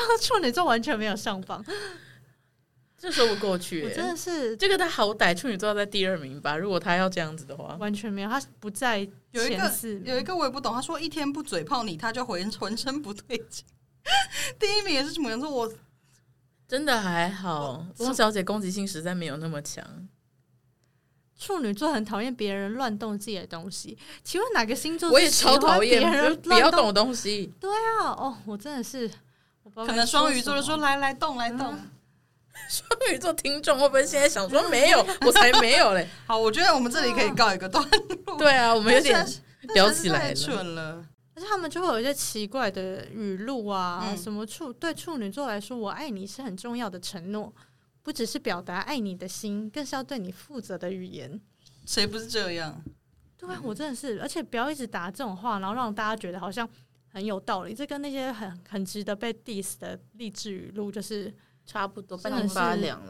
Speaker 3: 后处女座完全没有上榜，
Speaker 2: 这说不过去、
Speaker 3: 我
Speaker 2: 欸
Speaker 3: 真的是
Speaker 2: 这个他好歹处女座要在第二名吧，如果他要这样子的话，
Speaker 3: 完全没有，他不在
Speaker 1: 有一
Speaker 3: 前
Speaker 1: 个
Speaker 3: 四名
Speaker 1: 有一个我也不懂，他说一天不嘴炮你，他就浑浑身不对劲。 第一名也是母羊座，我
Speaker 2: 真的还好。汪小姐攻击性实在没有那么强，
Speaker 3: 处女座很讨厌别人乱动自己的东西。请问哪个星座
Speaker 2: 我也
Speaker 3: 是喜
Speaker 2: 超
Speaker 3: 欢
Speaker 2: 讨厌，
Speaker 3: 别
Speaker 2: 就是
Speaker 3: 人
Speaker 2: 不要
Speaker 3: 乱动
Speaker 2: 动我东西。
Speaker 3: 啊哦，我真的是，我不知道
Speaker 1: 可
Speaker 3: 该
Speaker 1: 能双鱼
Speaker 3: 什
Speaker 1: 座就
Speaker 3: 么
Speaker 1: 说来来动
Speaker 2: 嗯
Speaker 1: 来动。
Speaker 2: 双 鱼座听众会不会现在想说没有，我才没有 嘞？
Speaker 1: 好，我觉得我们这里可以告一个段落。
Speaker 2: 对嗯啊，我们有点
Speaker 1: 但是
Speaker 2: 聊起来
Speaker 1: 但是太
Speaker 2: 了。
Speaker 1: 蠢了。
Speaker 3: 而且他们就会有一些奇怪的语录啊，
Speaker 1: 嗯
Speaker 3: 什么处对处女座来说，我爱你是很重要的承诺，不只是表达爱你的心，更是要对你负责的语言。
Speaker 1: 谁不是这样？
Speaker 3: 对啊，我真的是，而且不要一直打这种话，然后让大家觉得好像很有道理。这跟那些很很值得被 diss 的励志语录，就是
Speaker 2: 差不多
Speaker 3: 真的是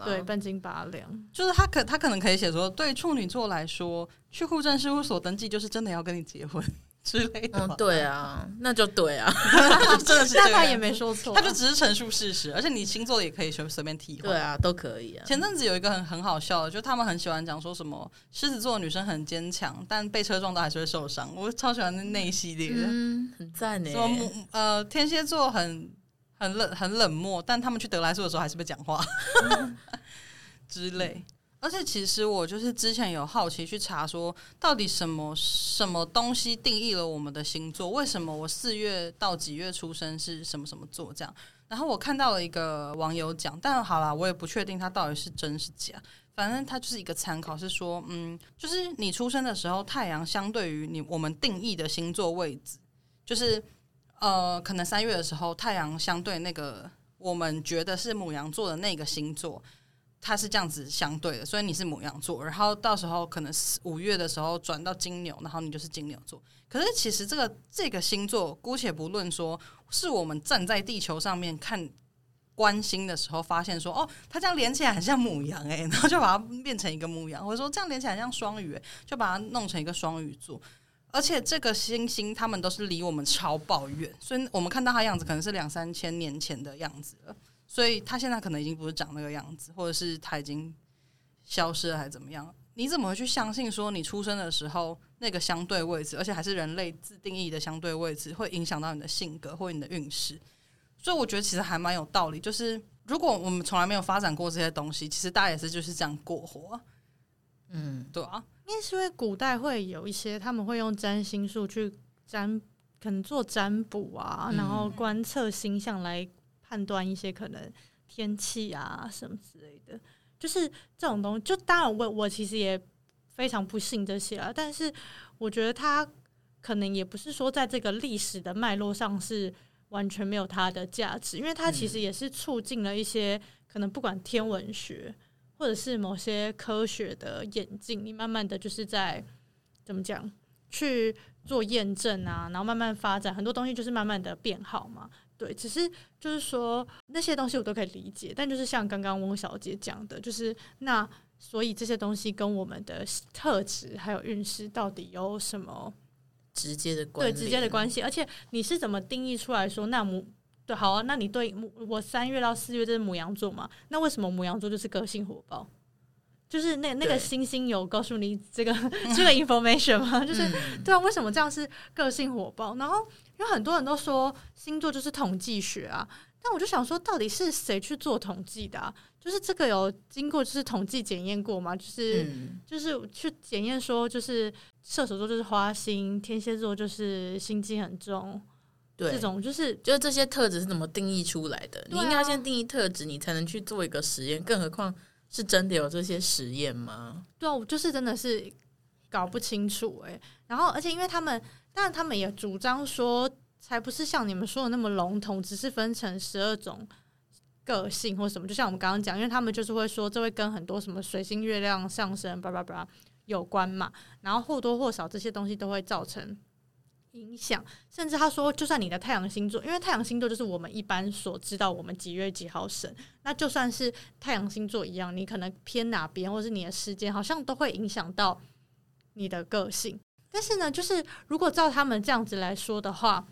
Speaker 3: 对，半斤八 两。
Speaker 1: 就是他可他可能可以写说，对处女座来说，去户政事务所登记就是真的要跟你结婚之类的
Speaker 2: 嗯
Speaker 1: 吧。，
Speaker 2: 对啊，那就对 啊，
Speaker 1: 他就 真的是这
Speaker 3: 但
Speaker 1: 样。
Speaker 3: 他也没说错啊，
Speaker 1: 他就只是陈述事实，而且你星座也可以随随便替换。
Speaker 2: 对啊，都可以啊。
Speaker 1: 前阵子有一个很很好笑的，就他们很喜欢讲说什么狮子座的女生很坚强，但被车撞到还是会受伤。我超喜欢那那一系列的，
Speaker 2: 嗯，很赞呢
Speaker 1: 什。么母呃天蝎座很很冷很冷漠，但他们去德莱素的时候还是会讲话之类。而且其实我就是之前有好奇去查说，到底什么什么东西定义了我们的星座？为什么我四月到几月出生是什么什么座这样？然后我看到了一个网友讲，但好啦，我也不确定他到底是真是假。反正它就是一个参考，是说，嗯，就是你出生的时候，太阳相对于你我们定义的星座位置，就是呃，可能三月的时候，太阳相对那个我们觉得是母羊座的那个星座，它是这样子相对的，所以你是母羊座。然后到时候可能是五月的时候转到金牛，然后你就是金牛座。可是其实这个这个星座，姑且不论说是我们站在地球上面看关心的时候，发现说哦，它这样连起来很像母羊诶、然后就把它变成一个母羊，或者说这样连起来很像双鱼、诶，就把它弄成一个双鱼座。而且这个星星，它们都是离我们超抱远，所以我们看到它样子可能是两三千年前的样子了，所以它现在可能已经不是长那个样子，或者是它已经消失了，还是怎么样？你怎么会去相信说你出生的时候那个相对位置，而且还是人类自定义的相对位置，会影响到你的性格或你的运势？所以我觉得其实还蛮有道理，就是如果我们从来没有发展过这些东西，其实大家也是就是这样过活，
Speaker 2: 嗯，
Speaker 1: 对啊，
Speaker 3: 因为是因为古代会有一些他们会用占星术去占，可能做占卜啊，
Speaker 2: 嗯
Speaker 3: 然后观测星象来判断一些可能天气啊什么之类的，就是这种东西。就当然我我其实也非常不信这些啊，但是我觉得它可能也不是说在这个历史的脉络上是完全没有它的价值，因为它其实也是促进了一些可能不管天文学或者是某些科学的演进，你慢慢的就是在怎么讲去做验证啊，然后慢慢发展很多东西就是慢慢的变好嘛。对，只是就是说那些东西我都可以理解，但就是像刚刚翁小姐讲的，就是那所以这些东西跟我们的特质还有运势到底有什么
Speaker 2: 直接的关
Speaker 3: 对
Speaker 2: 联，
Speaker 3: 直接的关系，而且你是怎么定义出来说那母对好啊？那你对母我三月到四月这是母羊座嘛？那为什么母羊座就是个性火爆？就是那那个
Speaker 2: 对
Speaker 3: 星星有告诉你这个
Speaker 2: 嗯
Speaker 3: 这个 information 吗？ 就是、对啊，为什么这样是个性火爆？然后因为很多人都说星座就是统计学啊，但我就想说，到底是谁去做统计的、啊？就是这个有经过就是统计检验过吗？就是、
Speaker 2: 嗯，
Speaker 3: 就是去检验说，就是射手座就是花心，天蝎座就是心机很重，
Speaker 2: 对，
Speaker 3: 这种就是
Speaker 2: 就是这些特质是怎么定义出来的？你
Speaker 3: 对啊
Speaker 2: 应该要先定义特质，你才能去做一个实验。更何况是真的有这些实验吗？
Speaker 3: 对啊，我就是真的是搞不清楚哎、然后，而且因为他们，但他们也主张说，才不是像你们说的那么笼统，只是分成十二种个性或什么。就像我们刚刚讲，因为他们就是会说，这会跟很多什么水星、月亮上升，叭叭叭有关嘛。然后或多或少这些东西都会造成。影响，甚至他说，就算你的太阳星座，因为太阳星座就是我们一般所知道我们几月几号生，那就算是太阳星座一样，你可能偏哪边，或是你的时间，好像都会影响到你的个性。但是呢，就是如果照他们这样子来说的话，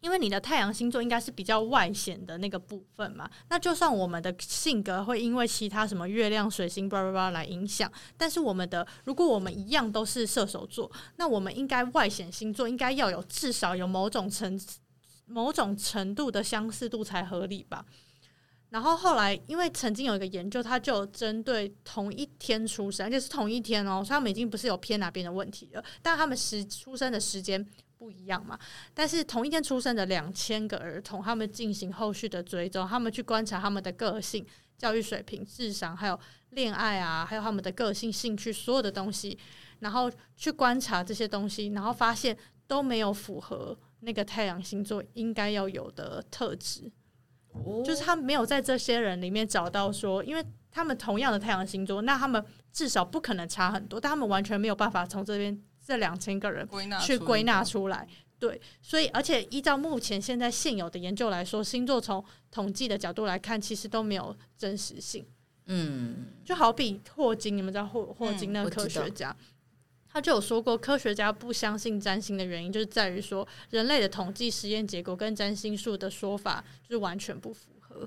Speaker 3: 因为你的太阳星座应该是比较外显的那个部分嘛，那就算我们的性格会因为其他什么月亮、水星、叭叭叭来影响，但是我们的如果我们一样都是射手座，那我们应该外显星座应该要有至少有某种程某种程度的相似度才合理吧。然后后来，因为曾经有一个研究，它就有针对同一天出生，而且是同一天哦，所以他们已经不是有偏哪边的问题了，但他们时出生的时间不一样嘛。但是同一天出生的两千个儿童，他们进行后续的追踪，他们去观察他们的个性、教育水平、智商，还有恋爱啊，还有他们的个性、兴趣所有的东西，然后去观察这些东西，然后发现都没有符合那个太阳星座应该要有的特质。就是他没有在这些人里面找到说，因为他们同样的太阳星座，那他们至少不可能差很多，但他们完全没有办法从这边这两千个人
Speaker 1: 归纳
Speaker 3: 去
Speaker 1: 出
Speaker 3: 归
Speaker 1: 一
Speaker 3: 纳
Speaker 1: 个
Speaker 3: 出来。对，所以而且依照目前现在现有的研究来说，星座从统计的角度来看，其实都没有真实性。
Speaker 2: 嗯，
Speaker 3: 就好比霍金，你们知道霍霍
Speaker 1: 嗯
Speaker 3: 金那个
Speaker 2: 我知
Speaker 3: 科学
Speaker 2: 道
Speaker 3: 家，他就有说过，科学家不相信占星的原因，就是在于说人类的统计实验结果跟占星术的说法就是完全不符合。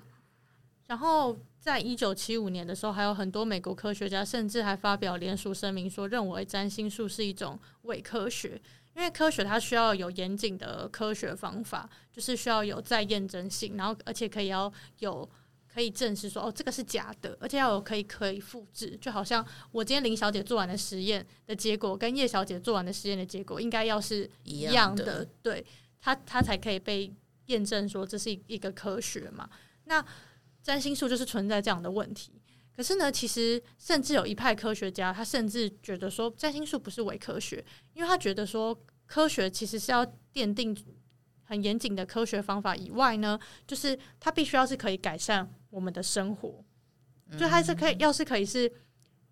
Speaker 3: 然后，在一九七五年的时候，还有很多美国科学家甚至还发表联署声明，说认为占星术是一种伪科学，因为科学它需要有严谨的科学方法，就是需要有再验证性，然后而且可以要有可以证实说哦，这个是假的，而且要有可以可以复制，就好像我今天林小姐做完的实验的结果，跟叶小姐做完的实验的结果应该要是
Speaker 2: 一
Speaker 3: 一
Speaker 2: 样
Speaker 3: 样的，对它它才可以被验证说这是一一个科学嘛。那占星术就是存在这样的问题。可是呢，其实甚至有一派科学家，他甚至觉得说占星术不是伪科学，因为他觉得说科学其实是要奠定很严谨的科学方法以外呢，就是它必须要是可以改善我们的生活，就它是可以，要是可以是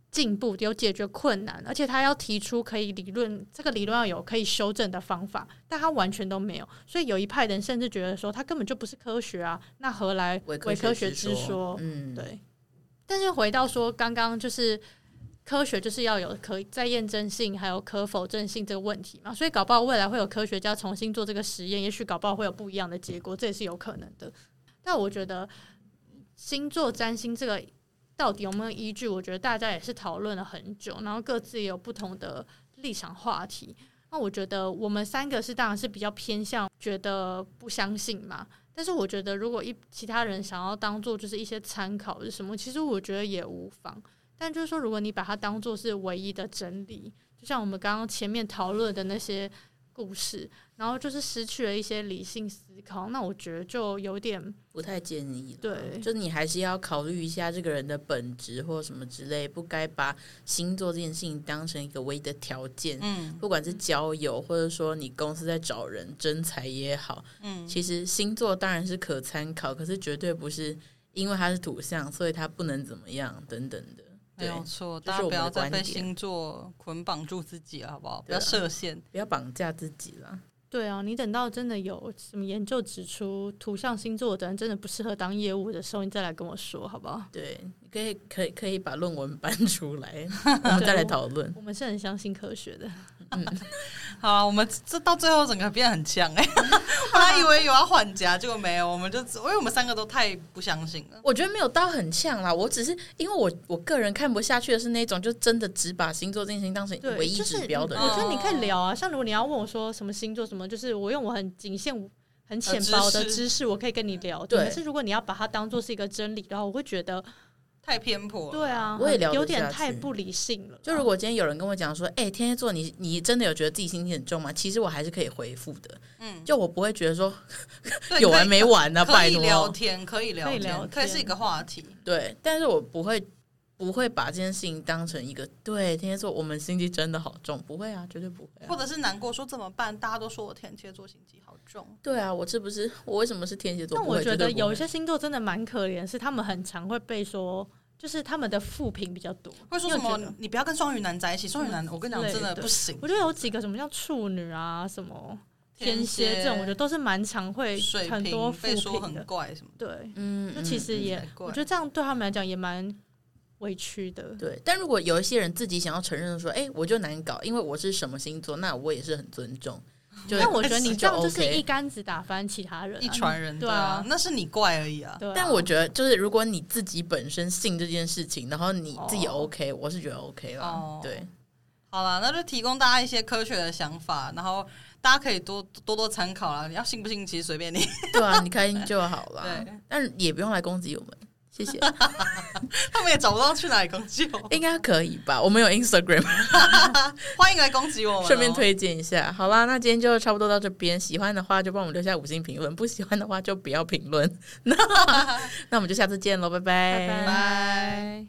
Speaker 3: 进步，有解决困难，而且它要提出可以理论，这个理论要有可以修正的方法，但它完全都没有，所以有一派人甚至觉得说它根本就不是科学啊，那何来
Speaker 2: 伪
Speaker 3: 伪科学
Speaker 2: 之
Speaker 3: 之说？
Speaker 2: 嗯，
Speaker 3: 对。但是回到说刚刚就是科学就是要有可在验证性还有可否证性这个问题嘛，所以搞不好未来会有科学家重新做这个实验，也许搞不好会有不一样的结果，这也是有可能的。但我觉得星座占星这个到底有没有依据，我觉得大家也是讨论了很久，然后各自也有不同的立场话题。那我觉得我们三个是当然是比较偏向觉得不相信嘛，但是我觉得，如果一其他人想要当做就是一些参考是什么，其实我觉得也无妨。但就是说，如果你把它当做是唯一的真理，就像我们刚刚前面讨论的那些故事，然后就是失去了一些理性思考，那我觉得就有点
Speaker 2: 不太建议啦。
Speaker 3: 对
Speaker 2: 就你还是要考虑一下这个人的本质或什么之类，不该把星座这件事情当成一个唯一的条件。
Speaker 1: 嗯
Speaker 2: 不管是交友，或者说你公司在找人征才也好，
Speaker 1: 嗯，
Speaker 2: 其实星座当然是可参考，可是绝对不是因为它是土象，所以它不能怎么样等等的。
Speaker 1: 没
Speaker 2: 对，
Speaker 1: 有错，
Speaker 2: 这
Speaker 1: 大
Speaker 2: 是
Speaker 1: 家
Speaker 2: 我
Speaker 1: 不
Speaker 2: 们
Speaker 1: 要
Speaker 2: 的
Speaker 1: 再
Speaker 2: 观
Speaker 1: 被
Speaker 2: 点
Speaker 1: 星座捆绑住自己了，好不好？不
Speaker 2: 对
Speaker 1: 要
Speaker 2: 啊
Speaker 1: 设限。
Speaker 2: 不要绑架自己啦。
Speaker 3: 对啊。你等到真的有什么研究指出图像星座的人真的不适合当业务的时候，你再来跟我说好不好？
Speaker 2: 对，你可以可以可以把论文搬出 来，我们再来讨论。
Speaker 3: 我们是很相信科学的。
Speaker 1: 好啊，我们这到最后整个变很强 哎、本来以为有要缓夹，结果没有，我们就只因为我们三个都太不相信了。
Speaker 2: 我觉得没有到很呛啦，我只是因为我我个人看不下去的是那种就真的只把星座这件事情当成
Speaker 3: 对，
Speaker 2: 唯一
Speaker 3: 就是
Speaker 2: 指标的人。
Speaker 3: 我觉得你
Speaker 1: 哦
Speaker 3: 可以聊啊，像如果你要问我说什么星座什么，就是我用我很仅限、很浅
Speaker 1: 哦知
Speaker 3: 薄的
Speaker 1: 识
Speaker 3: 知识，我可以跟你聊。
Speaker 2: 对
Speaker 3: 可是如果你要把它当做是一个真理的话，我会觉得，
Speaker 1: 太偏颇了。
Speaker 3: 对啊，
Speaker 2: 我也聊得
Speaker 3: 有点
Speaker 2: 下
Speaker 3: 太
Speaker 2: 去
Speaker 3: 不理性了啦。
Speaker 2: 就如果今天有人跟我讲说，哎、天蝎座你你真的有觉得自己心情很重吗？其实我还是可以回复的，
Speaker 1: 嗯，
Speaker 2: 就我不会觉得说
Speaker 1: 对，
Speaker 2: 有
Speaker 1: 可以
Speaker 2: 完没完呢、啊，
Speaker 1: 可
Speaker 2: 拜
Speaker 1: 以聊
Speaker 2: 托。
Speaker 1: 天，可以聊
Speaker 3: 可以
Speaker 1: 天，
Speaker 3: 聊
Speaker 1: 可以是
Speaker 3: 天
Speaker 1: 一个话题。
Speaker 2: 对，但是我不会不会把这件事情当成一个对天蝎座我们心机真的好重，不会啊，绝对不会、啊
Speaker 1: 或。者是难过说怎么办？大家都说我天蝎座心机好重，
Speaker 2: 对啊，我是不是我为什么是天蝎座？
Speaker 3: 但
Speaker 2: 不会
Speaker 3: 我觉
Speaker 2: 绝对
Speaker 3: 得
Speaker 2: 不会
Speaker 3: 有一些星座真的蛮可怜，是他们很常会被说，就是他们的负评比较多。
Speaker 1: 会说
Speaker 3: 你
Speaker 1: 什
Speaker 3: 有
Speaker 1: 么
Speaker 3: 觉得？
Speaker 1: 你不要跟双鱼男在一起，双鱼男我跟你讲
Speaker 3: 之类
Speaker 1: 真的
Speaker 3: 的
Speaker 1: 不行。
Speaker 3: 我觉得有几个什么像处女啊，什么天蝎这种，我觉得都是蛮常会
Speaker 1: 水
Speaker 3: 很多
Speaker 1: 瓶
Speaker 3: 负
Speaker 1: 被说
Speaker 3: 评
Speaker 1: 很
Speaker 3: 的。
Speaker 1: 怪什么的，
Speaker 3: 对，
Speaker 2: 嗯，
Speaker 3: 就其实
Speaker 2: 嗯嗯
Speaker 3: 也，
Speaker 1: 才怪
Speaker 3: 我觉得这样对他们来讲也蛮委屈的。
Speaker 2: 对，但如果有一些人自己想要承认说，哎、我就难搞，因为我是什么星座，那我也是很尊重。 就
Speaker 3: 但我觉得你这样
Speaker 2: 就
Speaker 3: 就
Speaker 2: OK
Speaker 3: 是一竿子打翻其他人啊、
Speaker 1: 一船人
Speaker 3: 对
Speaker 1: 啊
Speaker 3: 啊，，
Speaker 1: 那是你怪而已啊。
Speaker 3: 对啊
Speaker 2: 但我觉得，就是如果你自己本身信这件事情，然后你自己
Speaker 3: 哦
Speaker 2: OK，、我是觉得 OK 啦。
Speaker 1: 哦
Speaker 2: 对，
Speaker 1: 好了，那就提供大家一些科学的想法，然后大家可以多多多参考啦。你要信不信，其实随便你。
Speaker 2: 对啊，你开心就好啦
Speaker 1: 对。
Speaker 2: 但也不用来攻击我们，谢谢，
Speaker 1: 他们也找不到去哪里攻击我们，
Speaker 2: 应该可以吧？我们有 Instagram，
Speaker 1: 欢迎来攻击 我们、哦。
Speaker 2: 顺便推荐一下。好啦，那今天就差不多到这边。喜欢的话就帮我们留下五星评论，不喜欢 的话就不要评论。那那我们就下次见喽，拜
Speaker 3: 拜拜。